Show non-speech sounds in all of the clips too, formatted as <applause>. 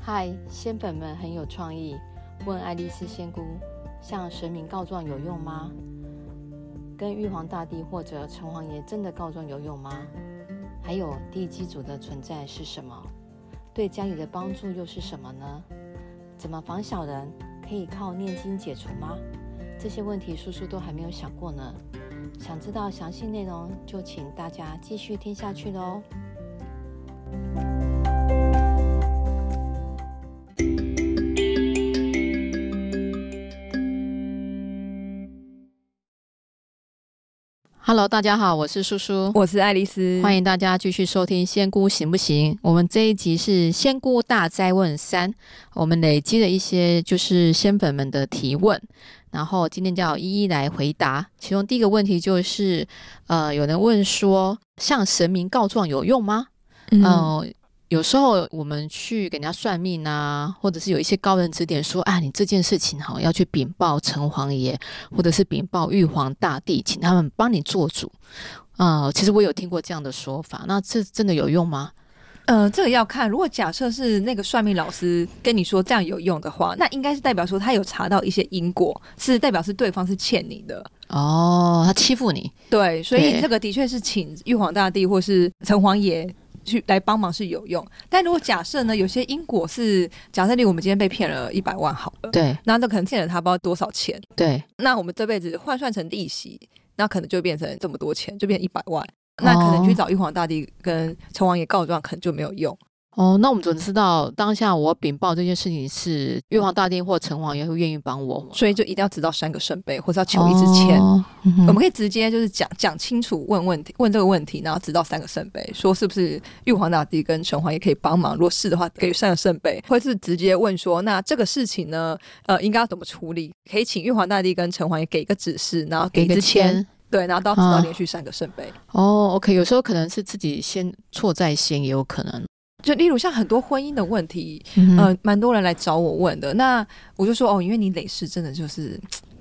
嗨，仙粉们很有创意。问爱丽丝仙姑：向神明告状有用吗？跟玉皇大帝或者城隍爷真的告状有用吗？还有地基主的存在是什么？对家里的帮助又是什么呢？怎么防小人？可以靠念经解除吗？这些问题叔叔都还没有想过呢。想知道详细内容，就请大家继续听下去喽。Hello，大家好，我是叔叔，我是爱丽丝，欢迎大家继续收听《仙姑行不行》。我们这一集是《仙姑大灾问三》，我们累积了一些就是仙粉们的提问，然后今天就要一一来回答。其中第一个问题就是，呃，有人问说，向神明告状有用吗？嗯呃，有时候我们去给人家算命啊，或者是有一些高人指点说啊，你这件事情哈要去禀报城隍爷，或者是禀报玉皇大帝，请他们帮你做主。呃，其实我有听过这样的说法，那这真的有用吗？呃，这个要看，如果假设是那个算命老师跟你说这样有用的话，那应该是代表说他有查到一些因果，是代表是对方是欠你的。哦，他欺负你，对，所以对这个的确是请玉皇大帝或是城隍爷。去来帮忙是有用，但如果假设呢，有些因果是假设，例如我们今天被骗了一百万好了，对那这可能欠了他不知道多少钱，对，那我们这辈子换算成利息，那可能就变成这么多钱，就变一百万，那可能去找玉皇大帝跟城隍爷告状，可能就没有用。哦，那我们怎么知道当下我禀报这件事情是玉皇大帝或城隍爷会愿意帮我吗？所以就一定要知道三个圣杯，或是要求一支签。哦嗯哼我们可以直接就是讲讲清楚，问问题，问这个问题，然后知道三个圣杯，说是不是玉皇大帝跟城隍也可以帮忙。如果是的话，给予三个圣杯，或是直接问说，那这个事情呢，呃，应该要怎么处理？可以请玉皇大帝跟城隍也给一个指示，然后给给一个支签签，。对，然后到直到啊连续三个圣杯。哦，OK，有时候可能是自己先错在先，也有可能。就例如像很多婚姻的问题，嗯哼呃，蛮多人来找我问的。那我就说哦，因为你累世真的就是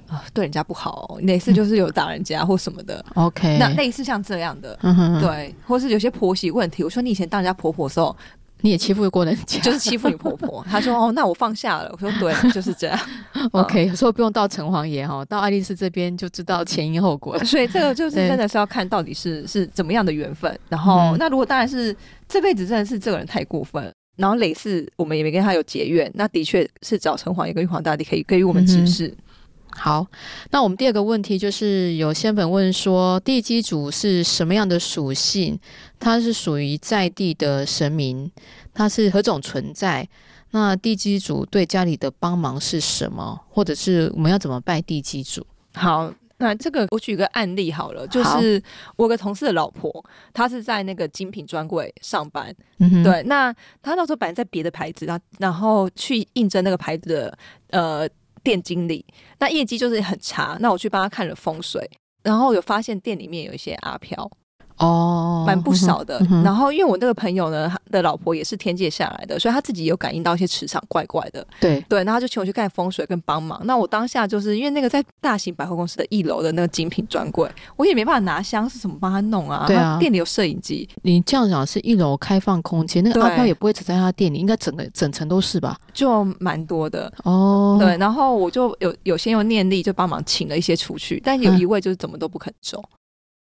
啊、对人家不好、哦，累世就是有打人家或什么的。 OK，那类似像这样的，哎嗯哼，对，或是有些婆媳问题，我说你以前当人家婆婆的时候，你也欺负过人家，就是欺负你婆婆，她说哦，那我放下了，我说对，就是 <laughs> 这样， <laughs> OK。有时候不用到城隍爷哈，到爱丽丝这边就知道前因后果。所以这个就是对真的是要看到底是是怎么样的缘分，然后、嗯那如果当然是这辈子真的是这个人太过分。然后类似我们也没跟他有结怨，那的确是找城隍爷跟玉皇大帝可以给予我们嗯指示。 <laughs> 好，那我们第二个问题就是有仙粉问说，地基主是什么样的属性？它是属于在地的神明，它是何种存在？那地基主对家里的帮忙是什么？或者是我们要怎么拜地基主？好，那这个我举个案例好了，就好是我有个同事的老婆，她是在那个精品专柜上班，嗯哼，对，那他那时候本来在别的牌子，然后然后去应征那个牌子的呃店经理，那业绩就是很差。那我去帮他看了风水，然后有发现店里面有一些阿飘，哦，蛮不少的。嗯哼然后因为我那个朋友呢他的老婆也是天界下来的，所以他自己有感应到一些磁场怪怪的。对，对，然后他就请我去看风水跟帮忙。那我当下就是因为那个在大型百货公司的一楼的那个精品专柜，我也没办法拿箱是怎么帮他弄啊？对啊他店里有摄影机，你这样讲是一楼开放空间，那个对阿飘也不会只在他店里，应该整个整层都是吧？就蛮多的。哦，对，然后我就有有先用念力就帮忙请了一些出去，但嗯有一位就是怎么都不肯走，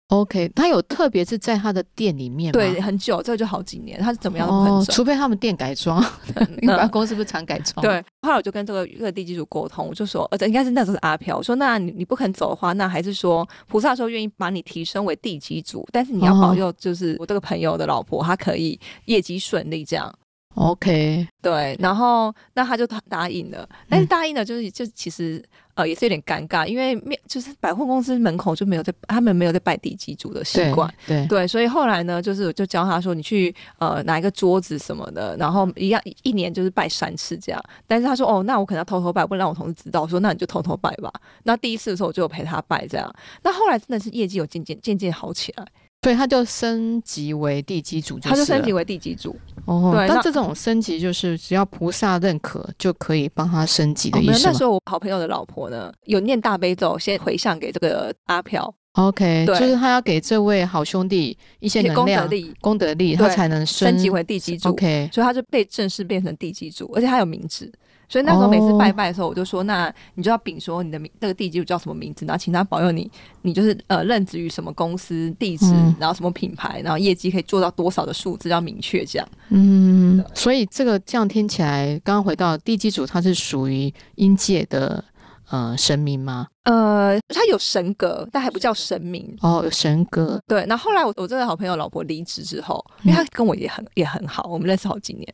，OK，他有特别是在他的店里面吗？对，，很久，这个就好几年，他是怎么样都不哦肯，走。除非他们店改 <laughs> 装， <laughs> 因为办公司不是常改装？，嗯对，后来我就跟这个这个地基主沟通，我就说，呃，应该是那时候是阿飘，我说那你你不肯走的话，那还是说菩萨说愿意把你提升为地基主，但是你要保佑，就是我这个朋友的老婆，她可以业绩顺利这样。 ，OK，对，然后那他就答答应了，但是答应了就是就其实呃也是有点尴尬，因为面就是百货公司门口就没有在他们没有在拜地基主的习对惯。对，对，所以后来呢，就是我就教他说，你去呃拿一个桌子什么的，然后一样一年就是拜三次这样。但是他说哦，那我可能要偷偷拜，不能让我同事知道。我说那你就偷偷拜吧。那第一次的时候我就有陪他拜这样。那后来真的是业绩有渐渐渐渐好起来，所以他就升级为地基主是了，他就升级为地基主。哦。对但那这种升级就是只要菩萨认可就可以帮他升级的哦意没有思那吗时？候我好朋友的老婆呢，有念大悲咒，先回向给这个阿飘。 OK，就对是他要给这位好兄弟一些一些能功德量、力功德力，他对才能升升级为地基主。 OK，所以他就被正式变成地基主，而且他有名字。所以那时候每次哦拜拜的时候，我就说：“那你就要禀说你的名，那个地基主叫什么名字，然后请他保佑你，你就是呃任职于什么公司、地址，嗯然后什么品牌，然后业绩可以做到多少的数字，要明确这样。嗯，所以这个这样听起来，刚刚回到地基主，他是属于阴界的呃神明吗？呃，他有神格，但还不叫神明。哦，有神格，对，那后来我我这个好朋友老婆离职之后，因嗯为她跟我也很也很好，我们认识好几年，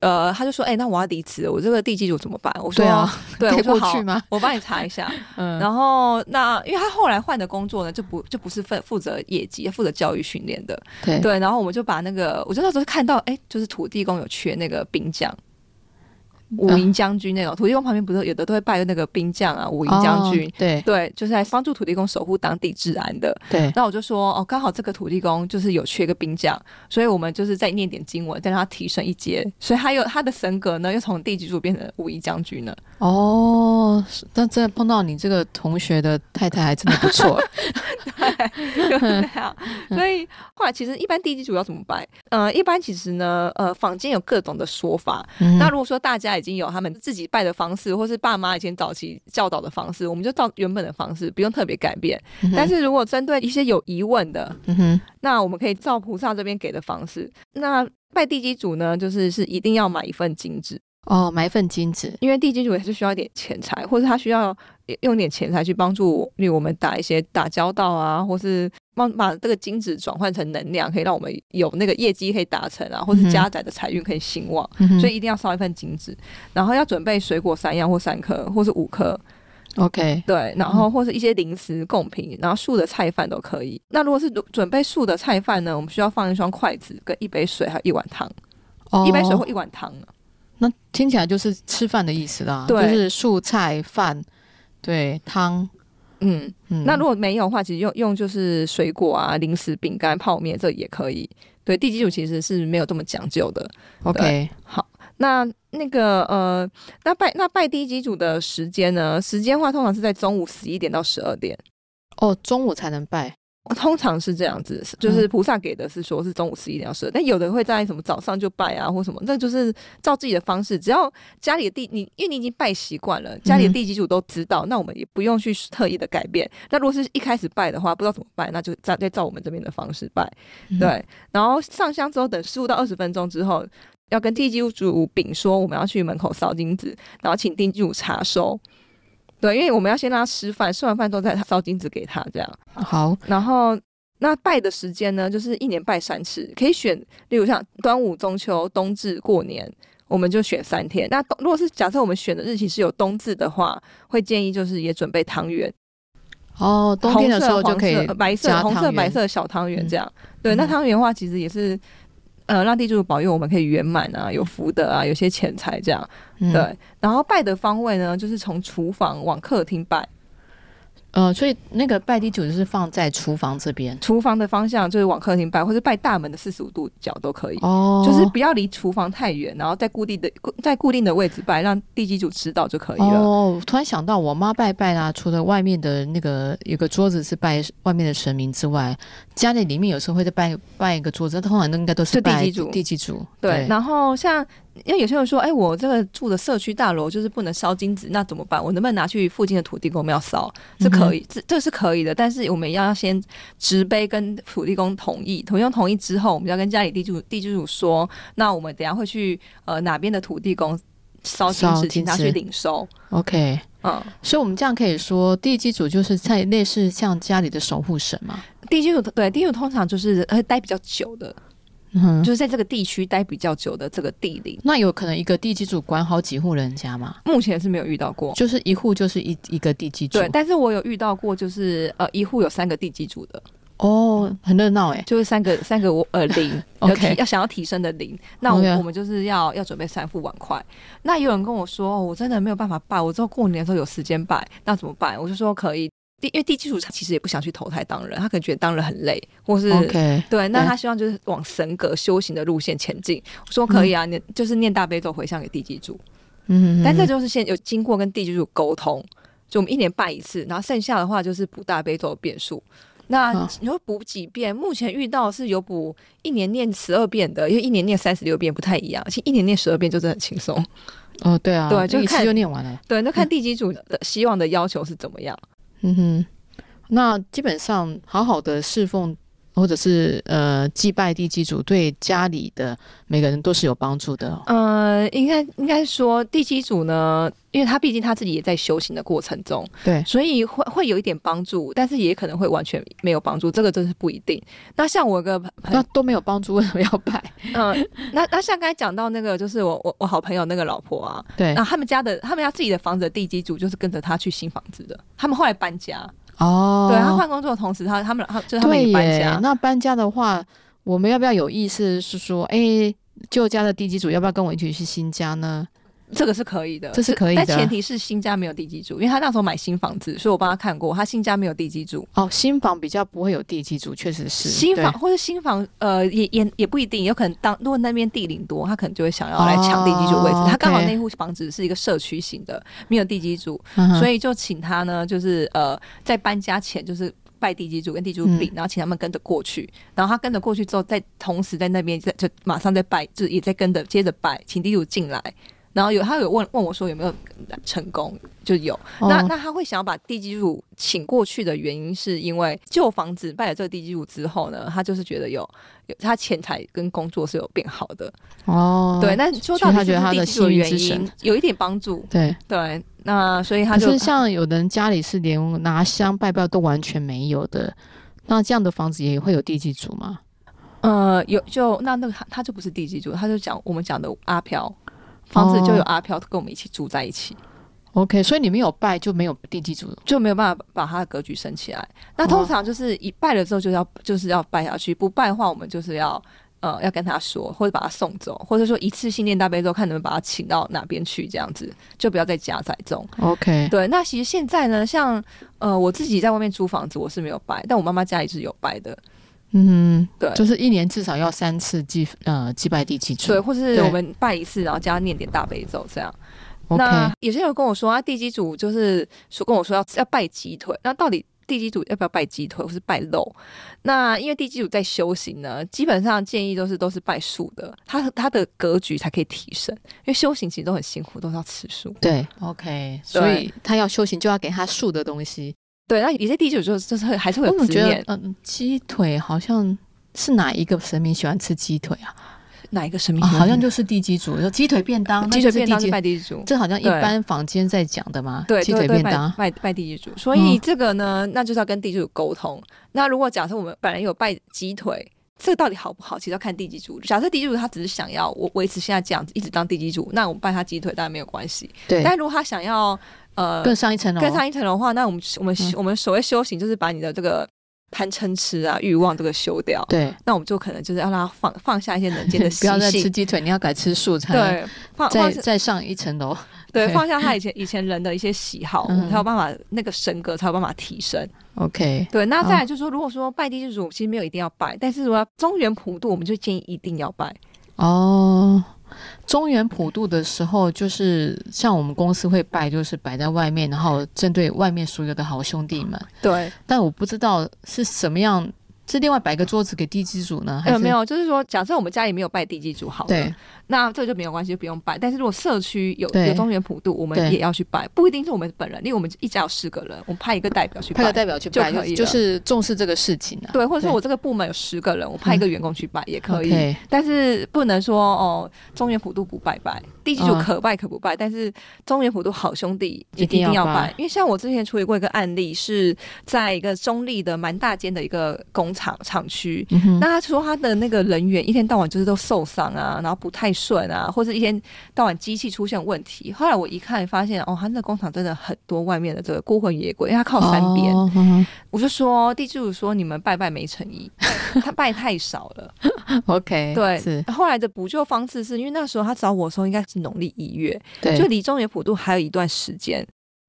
呃，她就说：“哎、那我要离职了，我这个地基主怎么办？”我说：“对啊， <laughs> 对，带我说过好去吗，我帮你查一下。”嗯，然后那因为他后来换的工作呢，就不就不是负负责业绩，负责教育训练的。对，对，然后我们就把那个，我就那时候看到，哎，就是土地公有缺那个兵将。嗯武营将军那种，土地公旁边不是有的都会拜那个兵将啊、武营将军，哦对对，就是来帮助土地公守护当地治安的。对，那我就说，哦，刚好这个土地公就是有缺一个兵将，所以我们就是再念点经文，再让他提升一阶。所以他又他的神格呢，又从地基主变成武营将军了。哦，是但真的碰到你这个同学的太太还真的不 <laughs> 错，就这样。所以后来其实一般地基主要怎么办？呃，一般其实呢，呃，坊间有各种的说法。嗯那如果说大家已经有他们自己拜的方式，或是爸妈以前早期教导的方式，我们就照原本的方式，不用特别改变。嗯哼但是如果针对一些有疑问的，嗯哼，那我们可以照菩萨这边给的方式。那拜地基主呢，就是是一定要买一份金纸，哦，埋一份金子，因为地基主也是需要一点钱财，或者他需要用点钱财去帮助，例如我们打一些打交道啊，或是帮把这个金子转换成能量，可以让我们有那个业绩可以达成啊，或嗯哼是家宅的财运可以兴旺，嗯哼所以一定要烧一份金子，然后要准备水果三样或三颗，或是五颗， OK，对，然嗯后或是一些零食贡品，然后素的菜饭都可以。那如果是准备素的菜饭呢，我们需要放一双筷子跟一杯水，还有一碗汤，哦，一杯水或一碗汤啊。那听起来就是吃饭的意思啦，对就是素菜饭，对汤，嗯，嗯，那如果没有的话，其实用用就是水果啊、零食、饼干、泡面这也可以。对，地基主其实是没有这么讲究的。 OK，好，那那个呃，那拜那拜地基主的时间呢？时间的话通常是在中午十一点到十二点，哦，中午才能拜，通常是这样子，就是菩萨给的是说是中午十一点到十二，但有的会在什么早上就拜啊或什么，那就是照自己的方式，只要家里的地你因为你已经拜习惯了，家里的地基主都知道，那我们也不用去特意的改变。那如果是一开始拜的话，不知道怎么拜，那就再再照我们这边的方式拜，嗯对。然后上香之后，等十五到二十分钟之后。要跟地基主禀说我们要去门口烧金子，然后请地基主查收。对，因为我们要先让他吃饭，吃完饭之后再烧金子给他，这样。好，然后那拜的时间呢，就是一年拜三次，可以选，例如像端午、中秋、冬至、过年，我们就选三天。那冬如果是假设我们选的日期是有冬至的话，会建议就是也准备汤圆，哦，冬天的时候就可以红色黄色呃白色、加红汤色、圆白色的小汤圆嗯这样。对，那嗯汤圆的话其实也是。呃，让地主保佑我们可以圆满啊，有福德啊，有些钱财这样。嗯对，，然后拜的方位呢，就是从厨房往客厅拜，呃，所以那个拜地主就是放在厨房这边，厨房的方向就是往客厅拜，或者拜大门的四十五度角都可以。哦，就是不要离厨房太远，然后在固定的固在固定的位置摆，让地基主知道就可以了。哦，我突然想到，我妈拜拜啦、除了外面的那个有个桌子是拜外面的神明之外，家里里面有时候会再拜拜一个桌子，但通常都应该都是就地拜基主地基主对，然后像因为有些人说，哎，我这个住的社区大楼就是不能烧金纸，那怎么办？我能不能拿去附近的土地公庙烧？是可以，这这是可以的，但是我们要先直杯跟土地公同意，土地公同意之后，我们要跟家里地主地主说，那我们等一下会去呃哪边的土地公烧金烧纸，金请他纸去领收。 OK，嗯，所以我们这样可以说，地基主就是在类似像家里的守护神嘛，地基主对地基主通常就是会待比较久的，嗯，就是在这个地区待比较久的这个地理，那有可能一个地基主管好几户人家嘛，目前是没有遇到过。就是一户就是一一个地基主对，，但是我有遇到过，就是呃，一户有三个地基主的，哦，很热闹哎，，就是三个三个我呃零 OK 要提要想要提升的零，那我 OK 我们就是要要准备三副碗筷。那也有人跟我说，哦我真的没有办法拜，我之后过年的时候有时间拜，那怎么办？我就说可以，地因为地基主他其实也不想去投胎当人，他可能觉得当人很累，或是 OK，嗯对，那对他希望就是往神格修行的路线前进。我说可以啊，你就是念大悲咒回向给地基主。嗯，但这就是先有经过跟地基主沟通，就我们一年拜一次，然后剩下的话就是补大悲咒的变数。那嗯你说补几遍？目前遇到是有补一年念十二遍的，因为一年念三十六遍不太一样。其实一年念十二遍就真的很轻松。哦，对啊，对就一看次就念完了。对，那看地基组的希望的要求是怎么样？嗯哼，那基本上好好的侍奉或者是呃祭拜地基主，对家里的每个人都是有帮助的哦。呃，应该应该说地基组呢，因为他毕竟他自己也在修行的过程中，对，所以会会有一点帮助，但是也可能会完全没有帮助，这个真是不一定。那像我有个朋那都没有帮助，为什么要 <laughs> 拜？嗯、那那像刚才讲到那个，就是我我我好朋友那个老婆啊，对那，他们家的他们家自己的房子的地基组就是跟着他去新房子的，他们后来搬家，哦，对他换工作的同时，他他们他就是他们对也搬耶家，，那搬家的话，我们要不要有意识是说，哎、旧家的地基主要不要跟我一起去新家呢？这个是可以的，这是可以的但前提是新家没有地基组，因为他那时候买新房子，所以我帮他看过，他新家没有地基组，哦，新房比较不会有地基主，确实是新对房或者新房，呃，也也也不一定，有可能当如果那边地龄多，他可能就会想要来抢地基主位置。哦他刚好 OK 那户房子是一个社区型的，没有地基主，嗯哼所以就请他呢，就是呃，在搬家前就是。拜地基主跟地主嗯饼，然后请他们跟着过去，然后他跟着过去之后，再同时在那边再就马上再拜，就也在跟着接着拜，请地主进来，然后有他有问问我说有没有成功，就有，那哦那他会想要把地基主请过去的原因，是因为旧房子拜了这个地基主之后呢，他就是觉得有有他钱财跟工作是有变好的。哦，对，那说到底所以他觉得是不他是的地基主的原幸运之因，有一点帮助。对。对，那所以他可就是像有的人家里是连拿香拜拜都完全没有的，那这样的房子也会有地基主吗？呃有就那那个他他就不是地基主，他就讲我们讲的阿飘。房子就有阿飘跟我们一起住在一起， OK，所以你没有拜就没有地基主就没有办法把他的格局升起来。那通常就是一拜了之后就要就是要拜下去，不拜的话我们就是要呃要跟他说，或者把他送走，或者说一次性念大悲咒，看能不能把他请到哪边去，这样子就不要再加载重。 ，OK，对，那其实现在呢，像呃我自己在外面租房子，我是没有拜，但我妈妈家里是有拜的，嗯，对就是一年至少要三次祭呃祭拜地基主对，或是对我们拜一次，然后加念点大悲咒这样。 ，OK，那有些人跟我说啊，地基主就是说跟我说要要拜鸡腿，那到底地基主要不要拜鸡腿，或是拜肉？那因为地基主在修行呢，基本上建议都是都是拜素的，他他的格局才可以提升，因为修行其实都很辛苦，都是要吃素。对，OK，所以他要修行就要给他树的东西。对，那有些地基主就是就是会还是会我有怎么执觉得念，，嗯，鸡腿好像是哪一个神明喜欢吃鸡腿啊？哪一个神明啊喜欢好像就是地基主，就鸡腿便当，那鸡就腿是便当地是基拜地基主。这好像一对般坊间在讲的嘛，对，鸡腿对对便当。拜拜拜地基主，所以嗯这个呢，那就是要跟地基主沟通。那如果假设我们本来有拜鸡腿，这个到底好不好，其实要看地基主。假设地基主他只是想要我维持现在这样子，一直当地基主，那我们拜他鸡腿当然没有关系。对，但如果他想要呃更上一层楼。更上一层楼的话，那我们我们、嗯我们所谓修行，就是把你的这个贪嗔痴啊欲望这个修掉。对，那我们就可能就是要让他放放下一些人间的 <laughs> 习不要再吃性，鸡腿，你要改吃素菜。对，放再放下再上一层楼。对对放下他以前以前人的一些喜好，我们才有嗯办法那个神格才有办法提升。 OK，对，那再来就是说，如果说拜地基主，其实没有一定要拜，但是如果要中原普渡，我们就建议一定要拜。哦，中原普渡的时候，就是像我们公司会拜，就是摆在外面，然后针对外面所有的好兄弟们。对，但我不知道是什么样，是另外摆个桌子给地基主呢，还呃，是没？有，就是说，假设我们家里没有拜地基主好了对，，那这就没有关系，就不用拜。但是如果社区有对有中原普渡，我们对也要去拜，不一定是我们本人，因为我们一家有四个人，我们派一个代表去派拜个。代表去就拜，可以就了就是重视这个事情啊。对，或者说对我这个部门有十个人，我派一个员工去拜也可以， OK，但是不能说哦，中原普渡不拜拜，地基主嗯可拜可不拜，但是中原普渡好兄弟一一定定要要拜拜，因为像我之前处理过一个案例，是在一个中立的蛮大间的一个工厂厂区。嗯哼那他说他的那个人员一天到晚就是都受伤啊，然后不太顺啊，或者一天到晚机器出现问题。后来我一看发现，哦，他那个工厂真的很多外面的这个孤魂野鬼，因为他靠山边。哦嗯我就说地基主说你们拜拜没诚意，他拜太少了。哼 OK，对是，，后来的补救方式是因为那时候他找我的时候应该是农历一月，对，就离中原普渡还有一段时间。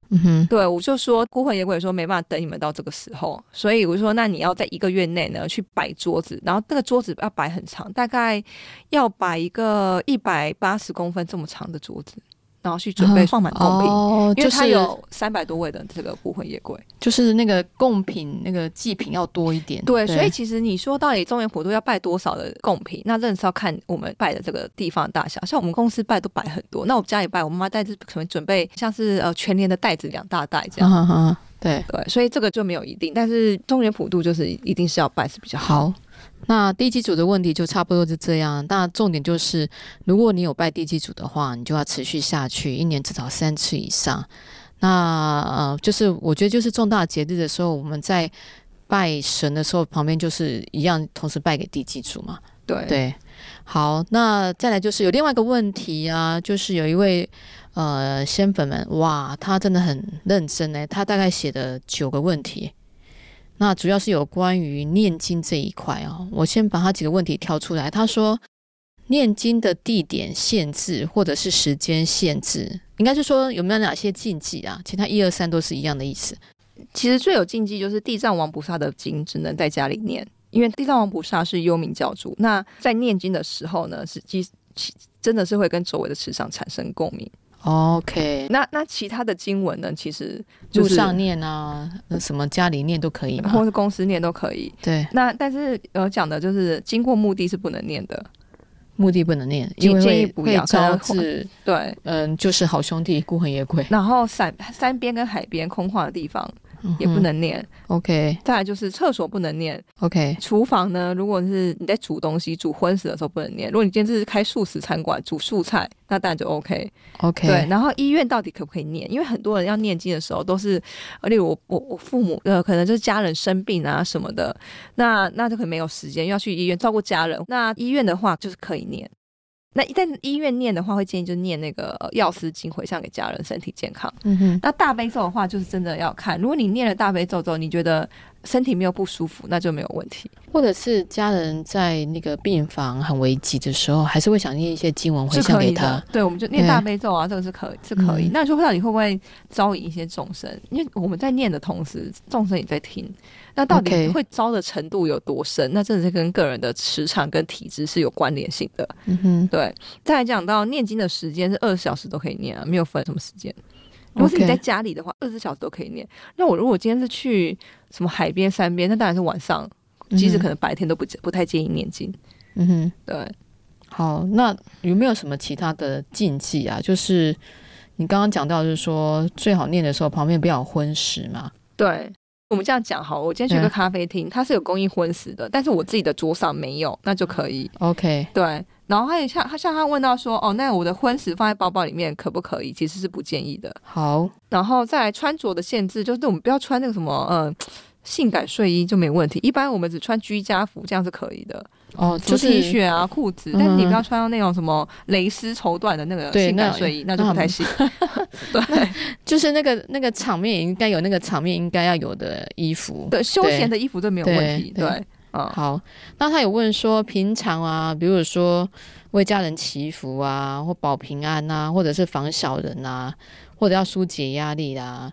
嗯哼，对我就说孤魂野鬼说没办法等你们到这个时候，所以我就说那你要在一个月内呢去摆桌子，然后那个桌子要摆很长，大概要摆一个一百八十公分这么长的桌子。然后去准备放满贡啊嗯品，哦，就因为它是有三百多位的这个骨灰夜柜。就是那个贡品那个祭品要多一点，对，所以其实你说到底中原普渡要拜多少的贡品，那真的是要看我们拜的这个地方的大小。像我们公司拜都摆很多，那我们家里拜，我妈妈带是可能准备像是呃全年的袋子两大袋这样。嗯嗯，对，对，所以这个就没有一定，但是中原普渡就是一定是要拜是比较好。好。那地基组的问题就差不多是这样。那重点就是，如果你有拜地基组的话，你就要持续下去，一年至少三次以上。那呃，就是我觉得就是重大节日的时候，我们在拜神的时候，旁边就是一样，同时拜给地基组嘛。对对，好，那再来就是有另外一个问题啊，就是有一位呃仙粉们，哇，他真的很认真呢，他大概写了九个问题，那主要是有关于念经这一块哦。我先把他几个问题挑出来，他说念经的地点限制或者是时间限制，应该是说有没有哪些禁忌啊？其他一二三都是一样的意思。其实最有禁忌就是地藏王菩萨的经只能在家里念，因为地藏王菩萨是幽冥教主。那在念经的时候呢，是其其真的是会跟周围的磁场产生共鸣。 OK，那那其他的经文呢，其实就路是上念啊，呃什么家里念都可以或嘛。是公司念都可以。对，那但是呃讲的就是经过墓地是不能念的，目的不能念，建因为建议会不会要可招能 <laughs> 致对。嗯，就是好兄弟孤魂野鬼然后山山边跟海边空旷的地方也不。嗯能念，哼 OK 再来就是厕所不能念， OK，厨房呢，如果是你在煮东西、煮荤食的时候不能念。如果你今天是开素食餐馆煮素菜，那当然就 OK。 OK，对，然后医院到底可不可以念？因为很多人要念经的时候都是，呃例如我我我父母呃，可能就是家人生病啊什么的，那那就可能没有时间要去医院照顾家人。那医院的话就是可以念。那但医院念的话，会建议就念那个呃药师经回向给家人，身体健康。嗯哼，那大悲咒的话，就是真的要看，如果你念了大悲咒之后，你觉得身体没有不舒服，那就没有问题。或者是家人在那个病房很危急的时候，还是会想念一些经文回是向可给以他的。，对，我们就念对大悲咒啊，这个是可是可以。嗯那就到底会不会招引一些众生？因为我们在念的同时，众生也在听，那到底 OK 会招的程度有多深那真的是跟个人的磁场跟体质是有关联性的。嗯哼，对，再来讲到念经的时间是二十小时都可以念啊，没有分什么时间。如果是你 OK 在家里的话，二十小时都可以念。那我如果今天是去什么海边、山边，那当然是晚上，即使可能白天都不不太建议念经。嗯哼，嗯对，哼，好，那有没有什么其他的禁忌啊？就是你刚刚讲到，就是说最好念的时候旁边不要有荤食嘛。对，我们这样讲好了。我今天去一嗯个咖啡厅，它是有供应荤食的，但是我自己的桌上没有，那就可嗯以。 OK，对，然后还有像他像他问到说，哦，那我的荤食放在包包里面可不可以？其实是不建议的。好，然后再来穿着的限制，就是我们不要穿那个什么，呃。性感睡衣就没问题，一般我们只穿居家服这样是可以的，哦，就就是 T 恤啊、裤子，但是嗯你不要穿到那种什么蕾丝绸缎的那个对性感那睡衣，那就不 <laughs> 太行。对就是那个那个场面也应该有那个场面应该要有的衣服。对，休对闲的衣服就没有问题。对对对，嗯，好，那他有问说，平常啊，比如说为家人祈福啊，或保平安啊，或者是防小人啊，或者要疏解压力啊，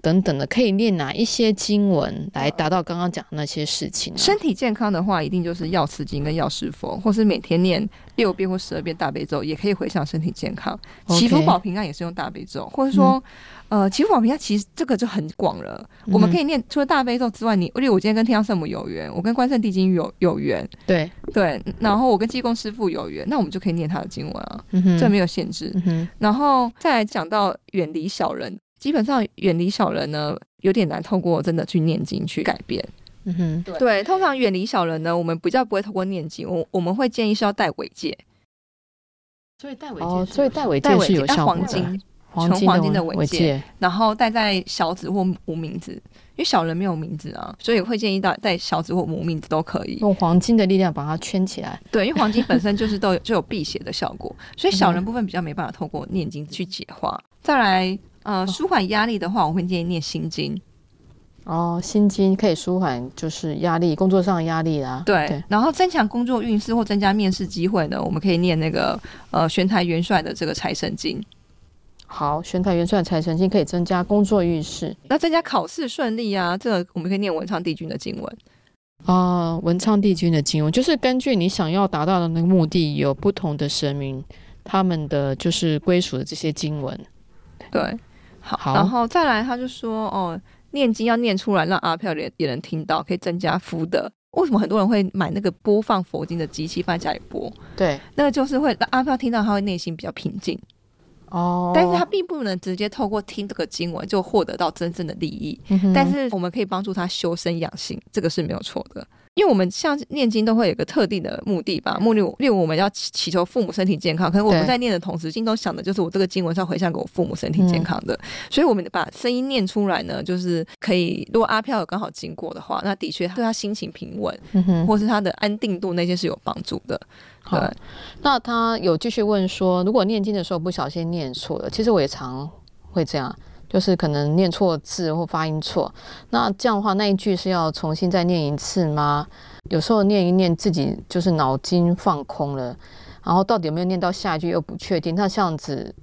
等等的，可以念哪一些经文来达到刚刚讲的那些事情、啊？身体健康的话，一定就是药吃经跟药师佛，或是每天念六遍或十二遍大悲咒，也可以回向身体健康。 OK 嗯祈福保平安也是用大悲咒，或者说，呃，祈福保平安其实这个就很广了。我们可以念除了大悲咒之外，你，例如我今天跟天上圣母有缘，我跟关圣帝君有有缘，对，对，然后我跟济公师傅有缘，那我们就可以念他的经文啊，嗯哼，这没有限制。嗯哼，然后再来讲到远离小人，基本上远离小人呢，有点难透过真的去念经去改变。嗯哼，对，通常远离小人呢，我们比较不会透过念经，我我们会建议是要戴尾戒，所以戴尾哦，所以戴尾戴戒是尾戒有，戴效果黄的，金，黄纯金黄金的尾尾戒，然后戴在小指或无名指，因为小人没有名字啊，所以会建议戴戴小指或无名指都可以。用黄金的力量把它圈起来。对，因为黄金本身就是都有 <laughs> 就有辟邪的效果，所以小嗯人部分比较没办法透过念经去解化。再来，呃，舒缓压力的话，我会建议念心经。哦，心经可以舒缓，就是压力，工作上的压力啊啦。对，然后增强工作运势或增加面试机会呢，我们可以念那个呃玄台元帅的这个财神经。好，玄台元帅财神经可以增加工作运势。那增加考试顺利啊，这个我们可以念文昌帝君的经文。啊、文昌帝君的经文，就是根据你想要达到的那个目的，有不同的神明他们的就是归属的这些经文。对，好，好然后再来，他就说哦，念经要念出来，让阿飘也也能听到，可以增加福德。为什么很多人会买那个播放佛经的机器放在家里播？对，那个就是会让阿飘听到，他会内心比较平静，哦但是他并不能直接透过听这个经文就获得到真正的利益。他但是我们可以帮助他修身养性，这个是没有错的。因为我们像念经都会有一个特定的目的吧，目的例如我们要祈祈求父母身体健康，可能我们对在念的同时，心中想的就是我这个经文是要回向给我父母身体嗯健康的，所以我们把声音念出来呢，就是可以。如果阿飘有刚好经过的话，那的确对他心情平稳，嗯哼或是他的安定度那些是有帮助的。好对，那他有继续问说，如果念经的时候不小心念错了，其实我也常会这样，就是可能念错字或发音错。那这样的话，那一句是要重新再念一次吗？有时候念一念自己就是脑筋放空了，然后到底有没有念到下一句又不确定，那这样子的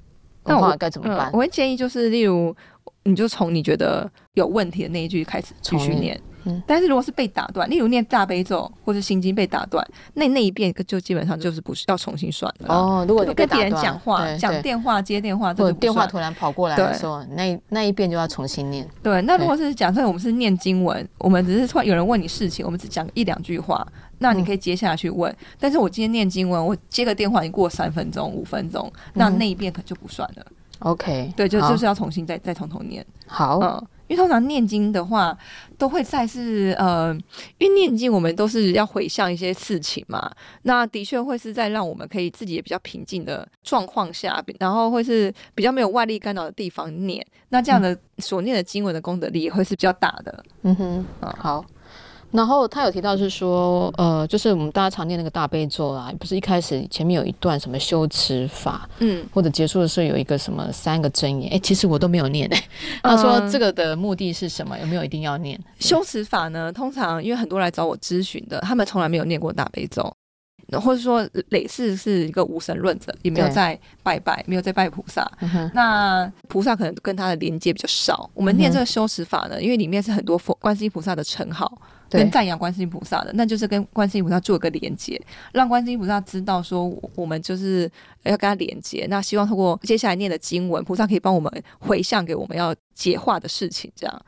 那话我该怎么嗯办，我？会建议就是，例如，你就从你觉得有问题的那一句开始继续从念。嗯但是如果是被打断，例如念大悲咒或是心经被打断，那那一遍就基本上就是不是要重新算的啦。哦，如果你就是被跟打别人断讲话、对讲对电话、接电话，这或者就不电话算突然跑过来的对时候，那一那一遍就要重新念。对。那如果是假设我们是念经文，我们只是突然有人问你事情，我们只讲一两句话，那嗯你可以接下去问。但是我今天念经文，我接个电话，已经过三分钟、五分钟，那嗯那一遍可就不算了。 OK，对，就好就是要重新再再从头念。好，嗯，因为通常念经的话，都会在是呃，因为念经我们都是要回向一些事情嘛，那的确会是在让我们可以自己也比较平静的状况下，然后会是比较没有外力干扰的地方念，那这样的所念的经文的功德力也会是比较大的。嗯哼，嗯好。然后他有提到是说，呃，就是我们大家常念那个大悲咒啊，不是一开始前面有一段什么修持法，嗯，或者结束的时候有一个什么三个真言，哎，其实我都没有念。 <laughs> 他说这个的目的是什么？有没有一定要念？修持法呢，通常因为很多来找我咨询的，他们从来没有念过大悲咒，或者说累世是一个无神论者，也没有对在拜拜，没有在拜菩萨，嗯哼，那菩萨可能跟他的连接比较少。我嗯们念这个修持法呢，因为里面是很多佛观世音菩萨的称号，对跟，赞扬观世音菩萨的，那就是跟观世音菩萨做一个连接，让观世音菩萨知道说我我们就是要跟他连接。那希望通过接下来念的经文，菩萨可以帮我们回向给我们要解化的事情，这样。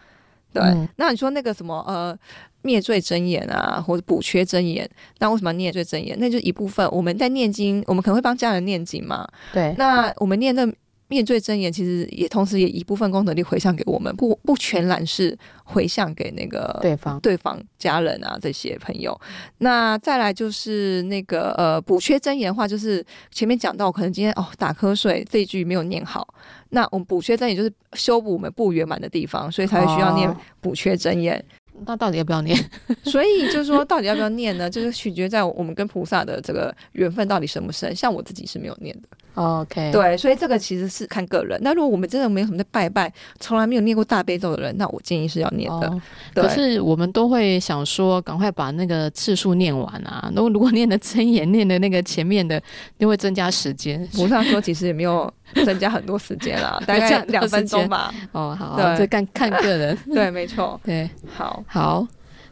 对，嗯那你说那个什么呃灭罪真言啊，或者补缺真言，那为什么要念罪真言？那就一部分我们在念经，我们可能会帮家人念经嘛，对，那我们念的面对真言，其实也同时也一部分功德力回向给我们，不不全然是回向给那个对方，对方家人啊这些朋友。那再来就是那个呃补缺真言的话，就是前面讲到，可能今天哦打瞌睡这一句没有念好，那我们补缺真言就是修补我们不圆满的地方，所以才会需要念哦补缺真言。那到底要不要念？所以就是说，到底要不要念呢？就是取决在我们跟菩萨的这个缘分到底深不深。像我自己是没有念的。哦 OK，，对，所以这个其实是看个人。那如果我们真的没有什么在拜拜，从来没有念过大悲咒的人，那我建议是要念的。哦，对可是我们都会想说，赶快把那个次数念完啊。如果如果念的真言，念的那个前面的，就会增加时间。菩萨说，其实也没有增加很多时间 <laughs> 啦，大没有概很多两分时间钟吧。哦，好，对这看 <laughs> 看个人。对，没错。对，好，好。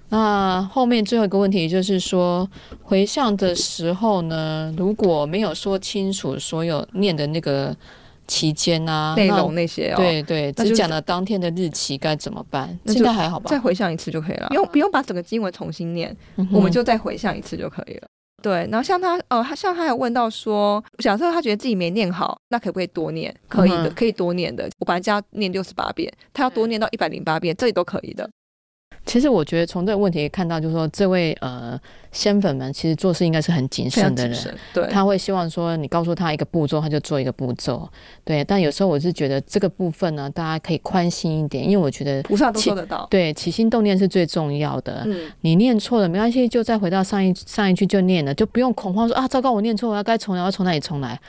那后面最后一个问题就是说，回向的时候呢，如果没有说清楚所有念的那个期间啊，内那容那些哦，，对对，那就只是讲了当天的日期该怎么办？那就现在还好吧再？回向一次就可以了，不用不用把整个经文重新念，嗯哼我们就再回向一次就可以了。对，然后像他，呃，他像他有问到说，假设他觉得自己没念好，那可不可以多念？可以的，嗯哼嗯可以多念的。我本来叫他念六十八遍，他要多念到一百零八遍，这里都可以的。其实我觉得从这个问题也看到，就是说这位呃仙粉们其实做事应该是很谨非常慎的谨人，慎，对，他会希望说你告诉他一个步骤，他就做一个步骤。对，但有时候我是觉得这个部分呢，大家可以宽心一点，因为我觉得菩萨都其做得到。对起心动念是最重要的。嗯，你念错了没关系，就再回到上一上一句就念了，就不用恐慌说啊，糟糕，我念错，我要该重来，我要从哪里重来？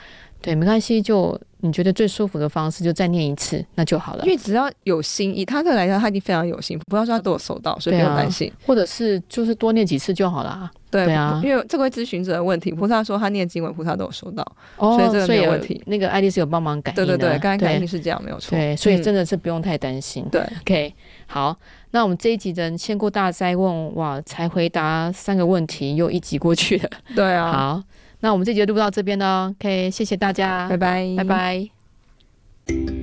对，没关系，就你觉得最舒服的方式就再念一次，那就好了因。为只要有心，以他这来讲，他已经非常有心，不要说他都有收到，所以不用担心。或者是就是多念几次就好了。啊对对啊因为这位咨询者的问题，菩萨说他念经文，菩萨都有收到。哦，所以这个没有有问题那个爱丽丝有帮忙感应对的，啊对对，刚才感应对是这样，没有错。对，所以嗯真的是不用太担心。对， OK，好，那我们这一集的仙姑大灾问，哇，才回答三个问题，又一集过去了。对啊。好，那我们这集就录到这边了，OK，谢谢大家，拜拜，拜拜